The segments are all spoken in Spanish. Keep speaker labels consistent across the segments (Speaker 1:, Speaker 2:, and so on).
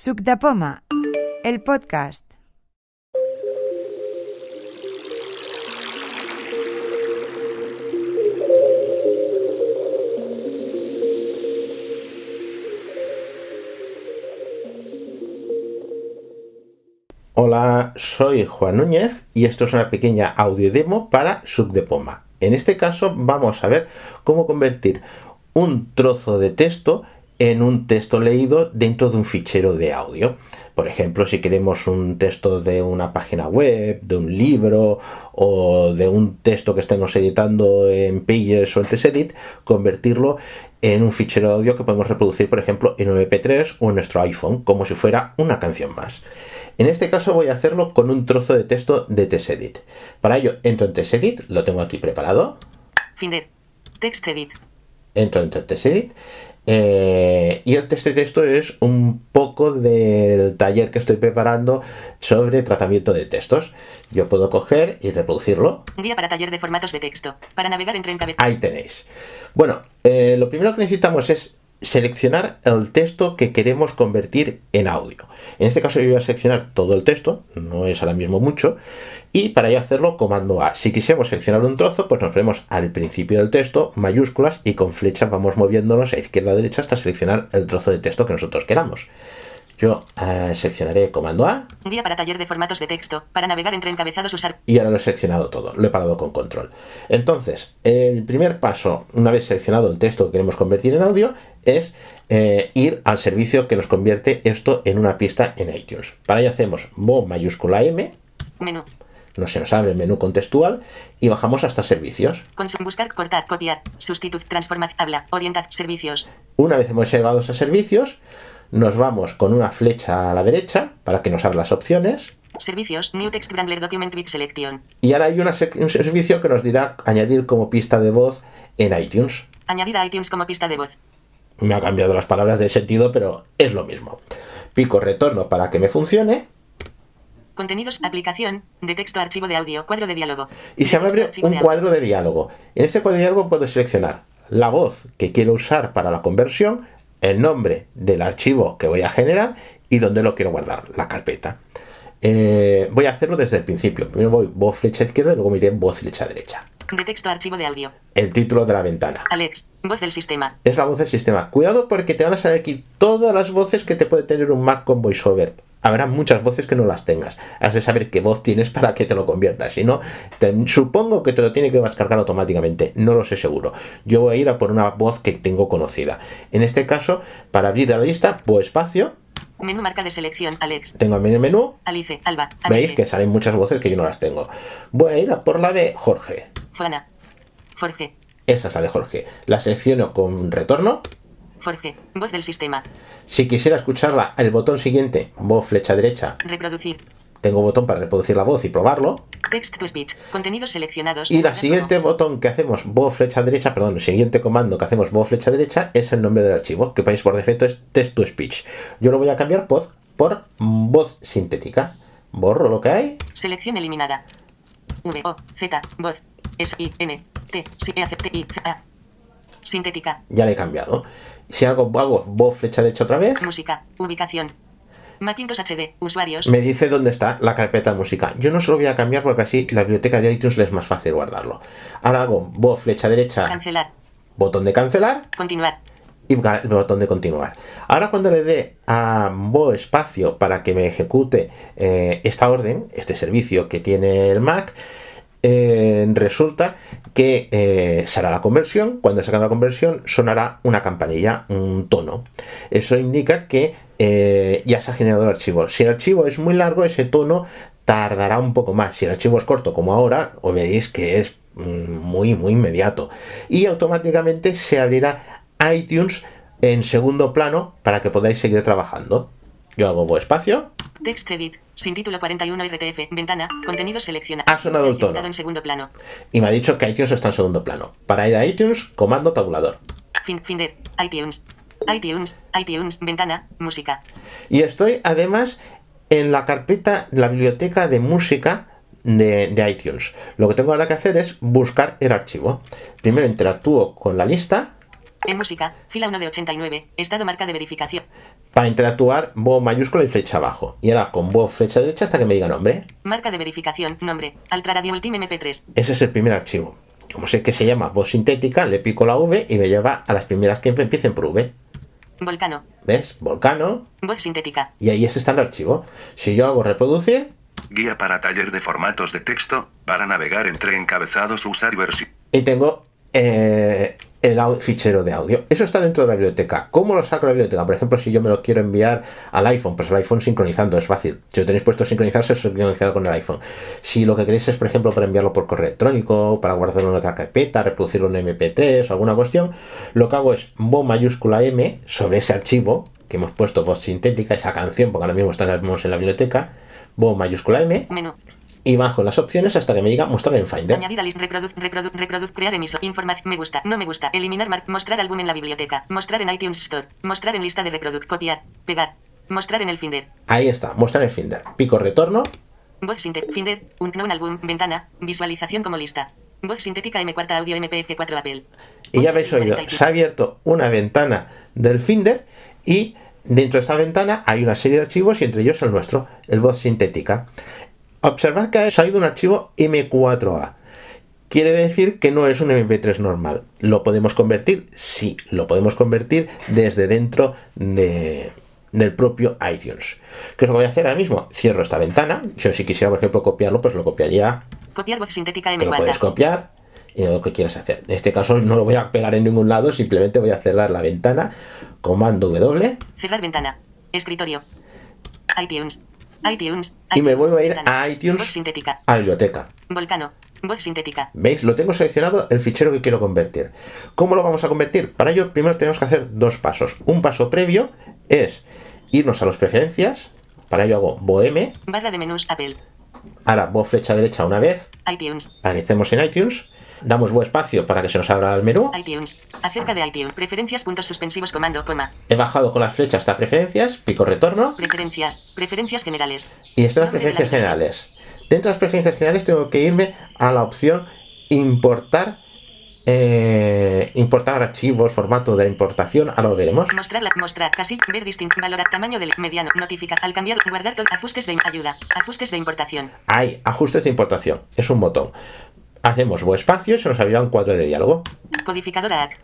Speaker 1: Suc de Poma, el podcast.
Speaker 2: Hola, soy Juan Núñez y esto es una pequeña audiodemo para Subdepoma. En este caso vamos a ver cómo convertir un trozo de texto en un texto leído dentro de un fichero de audio. Por ejemplo, si queremos un texto de una página web, de un libro o de un texto que estemos editando en Pages o en TestEdit, convertirlo en un fichero de audio que podemos reproducir, por ejemplo, en un MP3 o en nuestro iPhone, como si fuera una canción más. En este caso voy a hacerlo con un trozo de texto de TestEdit. Para ello entro en TestEdit, lo tengo aquí preparado,
Speaker 3: Finder. Text edit.
Speaker 2: entro en TestEdit eh, y el test de texto es un poco del taller que estoy preparando sobre tratamiento de textos. Yo puedo coger y reproducirlo.
Speaker 3: Guía para taller de formatos de texto. Para navegar entre encabezados.
Speaker 2: Ahí tenéis. Bueno, eh, lo primero que necesitamos es seleccionar el texto que queremos convertir en audio. En este caso yo voy a seleccionar todo el texto, no es ahora mismo mucho, y para ello hacerlo comando A. Si quisiéramos seleccionar un trozo, pues nos ponemos al principio del texto, mayúsculas, y con flechas vamos moviéndonos a izquierda a derecha hasta seleccionar el trozo de texto que nosotros queramos. Yo eh, seleccionaré comando A,
Speaker 3: Guía para taller de formatos de texto. Para navegar entre encabezados usar.
Speaker 2: y ahora lo he seleccionado todo, lo he parado con control. Entonces, el primer paso, una vez seleccionado el texto que queremos convertir en audio, es eh, ir al servicio que nos convierte esto en una pista en iTunes. Para ello hacemos bo mayúscula M,
Speaker 3: Menú.
Speaker 2: no se nos abre el menú contextual, y bajamos hasta servicios.
Speaker 3: Consum buscar, cortar, copiar. Sustituir, transformar, habla, orientar, servicios.
Speaker 2: Una vez hemos llegado a servicios, nos vamos con una flecha a la derecha para que nos abra las opciones.
Speaker 3: Servicios. New text brandler document with selection.
Speaker 2: Y ahora hay una sec- un servicio que nos dirá añadir como pista de voz en iTunes.
Speaker 3: Añadir a iTunes como pista de voz.
Speaker 2: me ha cambiado las palabras de sentido, pero es lo mismo. Pico retorno para que me funcione
Speaker 3: Contenidos. Aplicación. De texto. Archivo de audio. Cuadro de diálogo.
Speaker 2: y se me abre un cuadro de diálogo. En este cuadro de diálogo puedo seleccionar la voz que quiero usar para la conversión, el nombre del archivo que voy a generar y dónde lo quiero guardar, la carpeta. Eh, voy a hacerlo desde el principio. Primero voy voz flecha izquierda y luego miré voz flecha derecha.
Speaker 3: De texto. Archivo de audio.
Speaker 2: El título de la ventana.
Speaker 3: Alex. Voz del sistema.
Speaker 2: es la voz del sistema. Cuidado porque te van a salir aquí todas las voces que te puede tener un Mac con VoiceOver. Habrá muchas voces que no las tengas. Has de saber qué voz tienes para que te lo conviertas. Si no, te- supongo que te lo tiene que descargar automáticamente. No lo sé seguro. Yo voy a ir a por una voz que tengo conocida. En este caso, para abrir la lista, voy espacio,
Speaker 3: Menú marca de selección. Alex.
Speaker 2: tengo en el menú.
Speaker 3: Alice. Alba.
Speaker 2: Veis
Speaker 3: Amice,
Speaker 2: que salen muchas voces que yo no las tengo. Voy a ir a por la de Jorge.
Speaker 3: Juana. Jorge.
Speaker 2: Esa es la de Jorge. La selecciono con retorno.
Speaker 3: Jorge. Voz del sistema.
Speaker 2: Si quisiera escucharla, el botón siguiente, voz flecha derecha,
Speaker 3: Reproducir.
Speaker 2: tengo botón para reproducir la voz y probarlo.
Speaker 3: Text to speech. Contenidos seleccionados.
Speaker 2: Y la
Speaker 3: Guardar
Speaker 2: siguiente botón que hacemos, voz flecha derecha, perdón, el siguiente comando que hacemos, voz flecha derecha, es el nombre del archivo, que país por defecto es text to speech. Yo lo voy a cambiar por, por voz sintética. Borro lo que hay.
Speaker 3: como. Selección eliminada. V O Z voz S I N T S E A C T I C A. Sintética.
Speaker 2: Ya le he cambiado. Si hago, hago voz flecha derecha otra vez,
Speaker 3: Música. Ubicación. Macintosh HD. Usuarios.
Speaker 2: me dice dónde está la carpeta de música. Yo no se lo voy a cambiar porque así la biblioteca de iTunes le es más fácil guardarlo. Ahora hago voz flecha derecha,
Speaker 3: Cancelar.
Speaker 2: botón de cancelar.
Speaker 3: Continuar.
Speaker 2: y ga- el botón de continuar. Ahora cuando le dé a Bo espacio para que me ejecute eh, esta orden, este servicio que tiene el Mac, eh, resulta que eh, se hará la conversión. Cuando se haga la conversión sonará una campanilla, un tono. Eso indica que eh, ya se ha generado el archivo. Si el archivo es muy largo, ese tono tardará un poco más. Si el archivo es corto como ahora, os veréis que es mm, muy, muy inmediato. Y automáticamente se abrirá iTunes en segundo plano para que podáis seguir trabajando. Yo hago bo espacio.
Speaker 3: Text edit. Sin título 41 RTF. Ventana. Contenidos seleccionados.
Speaker 2: Ha sonado el tono.
Speaker 3: en segundo plano.
Speaker 2: Y me ha dicho que iTunes está en segundo plano. Para ir a iTunes, comando tabulador.
Speaker 3: Fin- Finder. iTunes. iTunes. iTunes. Ventana. Música.
Speaker 2: Y estoy además en la carpeta, la biblioteca de música de, de iTunes. Lo que tengo ahora que hacer es buscar el archivo. Primero interactúo con la lista.
Speaker 3: En música, fila 1 de 89, estado marca de verificación.
Speaker 2: Para interactuar, voz mayúscula y flecha abajo. Y ahora con voz flecha derecha hasta que me diga nombre.
Speaker 3: Marca de verificación, nombre, Altraradio Ultim MP3.
Speaker 2: Ese es el primer archivo. Como sé que se llama voz sintética, le pico la V y me lleva a las primeras que empiecen por V.
Speaker 3: Volcano,
Speaker 2: ¿Ves? Volcano.
Speaker 3: voz sintética,
Speaker 2: Y ahí ese está el archivo. Si yo hago reproducir,
Speaker 4: Guía para taller de formatos de texto, para navegar entre encabezados usar versi.
Speaker 2: y tengo eh, el au- fichero de audio. Eso está dentro de la biblioteca. ¿Cómo lo saco de la biblioteca? Por ejemplo, si yo me lo quiero enviar al iPhone, pues el iPhone sincronizando, es fácil. Si lo tenéis puesto a sincronizarse, os sincronizará con el iPhone. Si lo que queréis es, por ejemplo, para enviarlo por correo electrónico, para guardarlo en otra carpeta, reproducirlo en MP3 o alguna cuestión, lo que hago es voz mayúscula M sobre ese archivo que hemos puesto voz sintética, esa canción, porque ahora mismo está la tenemos en la biblioteca, voz mayúscula M,
Speaker 3: menú,
Speaker 2: y bajo las opciones hasta que me diga mostrar en Finder.
Speaker 3: añadir a list, reproduce, reproduce, reproduce, crear emiso, información, me gusta, no me gusta, eliminar, mar- mostrar álbum en la biblioteca, mostrar en iTunes Store, mostrar en lista de reproduct, copiar, pegar, mostrar en el Finder,
Speaker 2: Ahí está, mostrar en Finder. Pico retorno
Speaker 3: voz sintética, Finder, un no un álbum, ventana, visualización como lista, voz sintética M cuarta audio MPG 4 Apple.
Speaker 2: y ya habéis oído, se ha abierto una ventana del Finder y dentro de esta ventana hay una serie de archivos y entre ellos el nuestro, el voz sintética. Observad que ha salido un archivo M4A. Quiere decir que no es un MP3 normal. ¿Lo podemos convertir? Sí, lo podemos convertir desde dentro de- del propio iTunes. ¿Qué es lo que voy a hacer ahora mismo? Cierro esta ventana. Yo si quisiera, por ejemplo, copiarlo, pues lo copiaría
Speaker 3: Copiar voz sintética
Speaker 2: te
Speaker 3: M
Speaker 2: lo puedes
Speaker 3: cuarta.
Speaker 2: copiar y lo que quieras hacer. En este caso no lo voy a pegar en ningún lado, simplemente voy a cerrar la ventana, comando W
Speaker 3: Cerrar ventana. Escritorio. iTunes. iTunes.
Speaker 2: y me
Speaker 3: iTunes,
Speaker 2: vuelvo a ir
Speaker 3: ventana.
Speaker 2: a
Speaker 3: Voz
Speaker 2: iTunes,
Speaker 3: sintética.
Speaker 2: a la biblioteca.
Speaker 3: Volcano. Voz sintética.
Speaker 2: ¿Veis? Lo tengo seleccionado el fichero que quiero convertir. ¿Cómo lo vamos a convertir? Para ello primero tenemos que hacer dos pasos. Un paso previo es irnos a las preferencias, para ello hago boheme,
Speaker 3: Barra de menús Apple.
Speaker 2: ahora voz flecha derecha una vez,
Speaker 3: iTunes.
Speaker 2: para que estemos en iTunes, damos voz espacio para que se nos abra el menú,
Speaker 3: iTunes. Acerca de iTunes. Preferencias. Puntos suspensivos. Comando. Coma.
Speaker 2: he bajado con las flechas hasta preferencias, pico retorno
Speaker 3: Preferencias. Preferencias generales.
Speaker 2: Y están las
Speaker 3: Nombre de la
Speaker 2: preferencias
Speaker 3: biblioteca.
Speaker 2: generales. Dentro de las preferencias generales tengo que irme a la opción importar eh, importar archivos, formato de importación, ahora lo veremos.
Speaker 3: Mostrar. la- Mostrar. Casilla. Ver distinto. Valorar. Tamaño del mediano. Notificar. Al cambiar. Guardar. todo- Ajustes de ayuda. Ajustes de importación.
Speaker 2: Hay ajustes de importación, es un botón. Hacemos o espacio y se nos abrirá un cuadro de diálogo.
Speaker 3: Codificadora AC.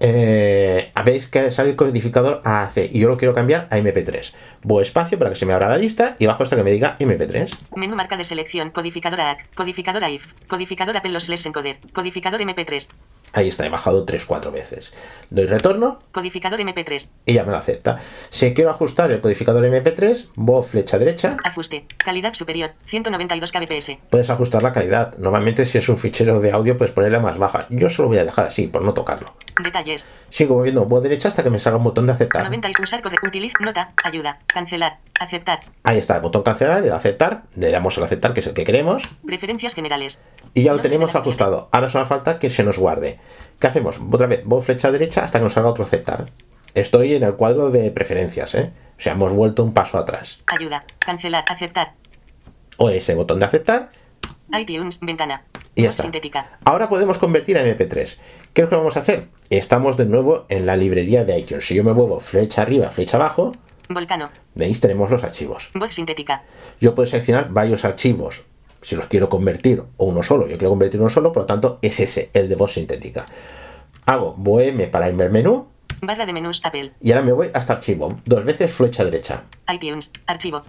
Speaker 2: Eh, veis que sale el codificador AAC y yo lo quiero cambiar a MP3. Bo espacio para que se me abra la lista y bajo hasta que me diga MP3.
Speaker 3: Menú marca de selección. Codificadora AC. Codificadora IF. Codificadora Apple Lossless Encoder. Codificador MP3.
Speaker 2: Ahí está, he bajado 3-4 veces. Doy retorno
Speaker 3: Codificador MP3.
Speaker 2: y ya me lo acepta. Si quiero ajustar el codificador MP3, voz flecha derecha,
Speaker 3: Ajuste. Calidad superior. 192 kbps.
Speaker 2: puedes ajustar la calidad. Normalmente si es un fichero de audio puedes ponerla más baja. Yo solo voy a dejar así por no tocarlo.
Speaker 3: Detalles.
Speaker 2: Sigo moviendo voz derecha hasta que me salga un botón de aceptar.
Speaker 3: 90 y usar corre. Utiliz. Nota. Ayuda. Cancelar. Aceptar.
Speaker 2: Ahí está el botón cancelar, el aceptar. Le damos al aceptar que es el que queremos.
Speaker 3: Preferencias generales.
Speaker 2: Y ya lo
Speaker 3: No
Speaker 2: tenemos
Speaker 3: te la
Speaker 2: ajustado. Ahora solo falta que se nos guarde. ¿Qué hacemos? Otra vez, voz flecha derecha hasta que nos salga otro aceptar. Estoy en el cuadro de preferencias, ¿eh? O sea, hemos vuelto un paso atrás.
Speaker 3: Ayuda. Cancelar. Aceptar.
Speaker 2: O ese botón de aceptar
Speaker 3: iTunes. Ventana.
Speaker 2: Y ya
Speaker 3: Voz
Speaker 2: está.
Speaker 3: Sintética.
Speaker 2: Ahora podemos convertir a MP3. ¿Qué es lo que vamos a hacer? Estamos de nuevo en la librería de iTunes. Si yo me muevo flecha arriba, flecha abajo,
Speaker 3: Volcano.
Speaker 2: veis, tenemos los archivos.
Speaker 3: Voz sintética.
Speaker 2: Yo puedo seleccionar varios archivos. Si los quiero convertir o uno solo, yo quiero convertir uno solo, por lo tanto es ese, el de voz sintética. Hago VM para irme al menú
Speaker 3: Barra de menús. Apple.
Speaker 2: y ahora me voy hasta archivo. Dos veces flecha derecha.
Speaker 3: iTunes. Archivo.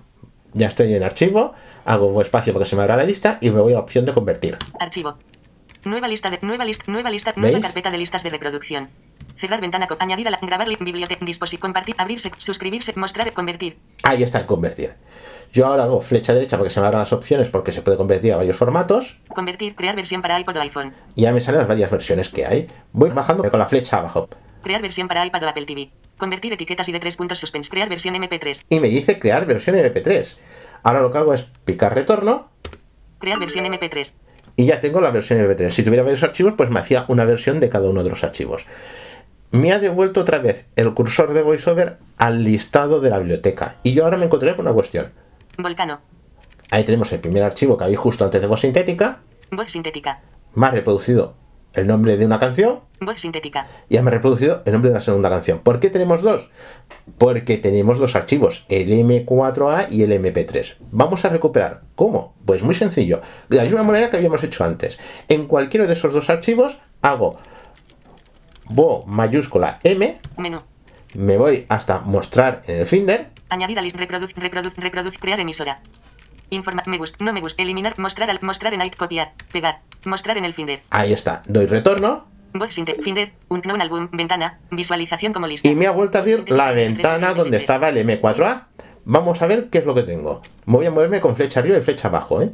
Speaker 2: Ya estoy en archivo, hago espacio para que se me abra la lista y me voy a la opción de convertir.
Speaker 3: Archivo. Nueva lista de. Nueva lista. Nueva lista. Nueva
Speaker 2: ¿Veis?
Speaker 3: carpeta de listas de reproducción. Cerrar ventana. co- Añadir a la. Grabar. li- Biblioteca. Dispositivo. Compartir. Abrirse. Suscribirse. Mostrar. Convertir.
Speaker 2: Ahí está el convertir. Yo ahora hago flecha derecha porque se me abran las opciones porque se puede convertir a varios formatos.
Speaker 3: Convertir. Crear versión para iPod o iPhone.
Speaker 2: Y ya me salen las varias versiones que hay. Voy bajando con la flecha abajo.
Speaker 3: Crear versión para iPad o Apple TV. Convertir etiquetas y de tres puntos suspens. Crear versión MP3.
Speaker 2: Y me dice crear versión MP3. Ahora lo que hago es picar retorno
Speaker 3: Crear versión MP3.
Speaker 2: y ya tengo la versión MP3. Si tuviera varios archivos, pues me hacía una versión de cada uno de los archivos. Me ha devuelto otra vez el cursor de VoiceOver al listado de la biblioteca. Y yo ahora me encontraré con una cuestión.
Speaker 3: Volcano.
Speaker 2: Ahí tenemos el primer archivo que había justo antes de voz sintética,
Speaker 3: Voz sintética.
Speaker 2: más reproducido el nombre de una canción
Speaker 3: Voz sintética.
Speaker 2: y hemos reproducido el nombre de la segunda canción. ¿Por qué tenemos dos? Porque tenemos dos archivos, el M4A y el MP3. Vamos a recuperar. ¿Cómo? Pues muy sencillo. De la misma manera que habíamos hecho antes. En cualquiera de esos dos archivos hago bo mayúscula M,
Speaker 3: Menú.
Speaker 2: me voy hasta mostrar en el Finder
Speaker 3: Añadir a list. Reproduz, reproduz, reproduz. Crear emisora. Informa. Me gusta. No me gusta. Eliminar. Mostrar al. Mostrar en IT. Copiar. Pegar. Mostrar en el Finder.
Speaker 2: Ahí está, doy retorno
Speaker 3: Voz sintética. Finder. Un no un álbum. Ventana. Visualización como lista.
Speaker 2: y me ha vuelto a abrir la ventana donde estaba el M4A. Vamos a ver qué es lo que tengo. Voy a moverme con flecha arriba y flecha abajo, ¿eh?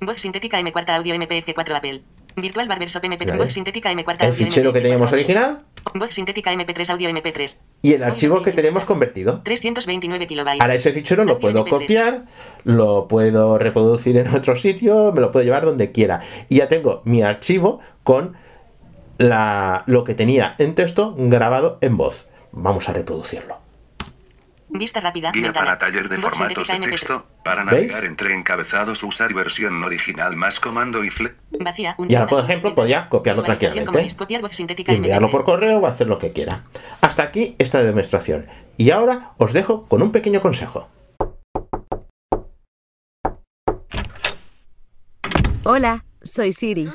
Speaker 3: Voz sintética M cuarta audio MPG 4 Apple. Virtual Barbershop MP3.
Speaker 2: Vale.
Speaker 3: Voz sintética M cuarta
Speaker 2: El fichero que teníamos original
Speaker 3: Voz sintética MP3 audio MP3.
Speaker 2: y el archivo que tenemos convertido.
Speaker 3: 329 kilobytes.
Speaker 2: Ahora ese fichero lo puedo copiar, lo puedo reproducir en otro sitio, me lo puedo llevar donde quiera. Y ya tengo mi archivo con la, lo que tenía en texto grabado en voz. Vamos a reproducirlo.
Speaker 3: Vista rápida.
Speaker 4: Guía
Speaker 3: ventana.
Speaker 4: para taller de
Speaker 3: Voz
Speaker 4: formatos de
Speaker 3: sintética MP3.
Speaker 4: texto, para
Speaker 2: ¿Veis?
Speaker 4: navegar entre encabezados, usar versión original más comando y fle.
Speaker 3: Vacía. un-
Speaker 2: Y ahora, por ejemplo, podría copiarlo
Speaker 3: Visualización
Speaker 2: tranquilamente.
Speaker 3: como list. Copiar voz sintética
Speaker 2: Y enviarlo
Speaker 3: MP3.
Speaker 2: por correo o hacer lo que quiera. Hasta aquí esta demostración. Y ahora os dejo con un pequeño consejo.
Speaker 5: Hola, soy Siri.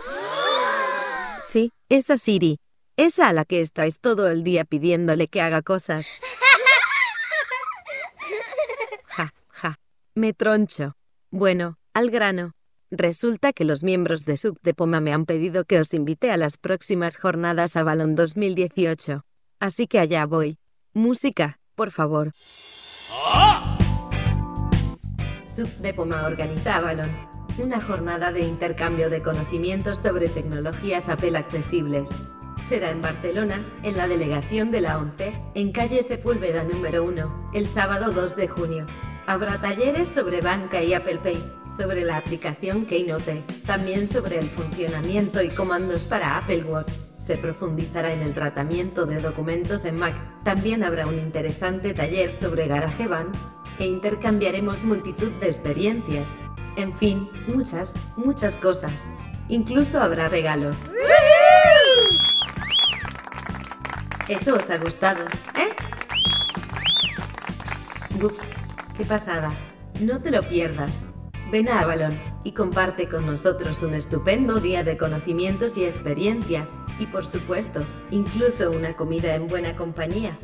Speaker 5: Sí, esa Siri. Esa a la que estáis todo el día pidiéndole que haga cosas. Ja, ja. Me troncho. Bueno, al grano. Resulta que los miembros de Subdepoma me han pedido que os invite a las próximas jornadas a Balón 2018. Así que allá voy. Música, por favor. Subdepoma organiza Avalon, una jornada de intercambio de conocimientos sobre tecnologías Apple accesibles. Será en Barcelona, en la delegación de la ONCE, en calle Sepúlveda número 1, el sábado 2 de junio. Habrá talleres sobre banca y Apple Pay, sobre la aplicación Keynote, también sobre el funcionamiento y comandos para Apple Watch. Se profundizará en el tratamiento de documentos en Mac. También habrá un interesante taller sobre GarageBand e intercambiaremos multitud de experiencias. En fin, muchas, muchas cosas. Incluso habrá regalos. Eso os ha gustado, ¿eh? Buf, qué pasada. No te lo pierdas. Ven a Avalon y comparte con nosotros un estupendo día de conocimientos y experiencias. Y por supuesto, incluso una comida en buena compañía.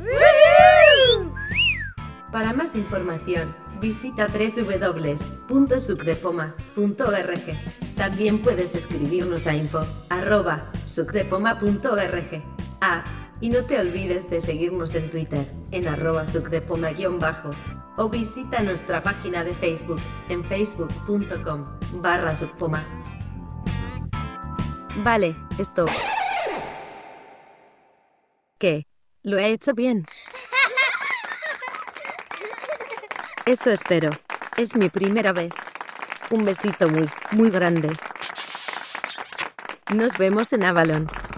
Speaker 5: Para más información, visita www.sucdepoma.org. También puedes escribirnos a info@sucdepoma.org. Ah, y no te olvides de seguirnos en Twitter en arroba sucdepoma-bajo o visita nuestra página de Facebook en facebook.com barra sucpoma. Vale, esto. ¿Qué? Lo he hecho bien. Eso espero. Es mi primera vez. Un besito muy, muy grande. Nos vemos en Avalon.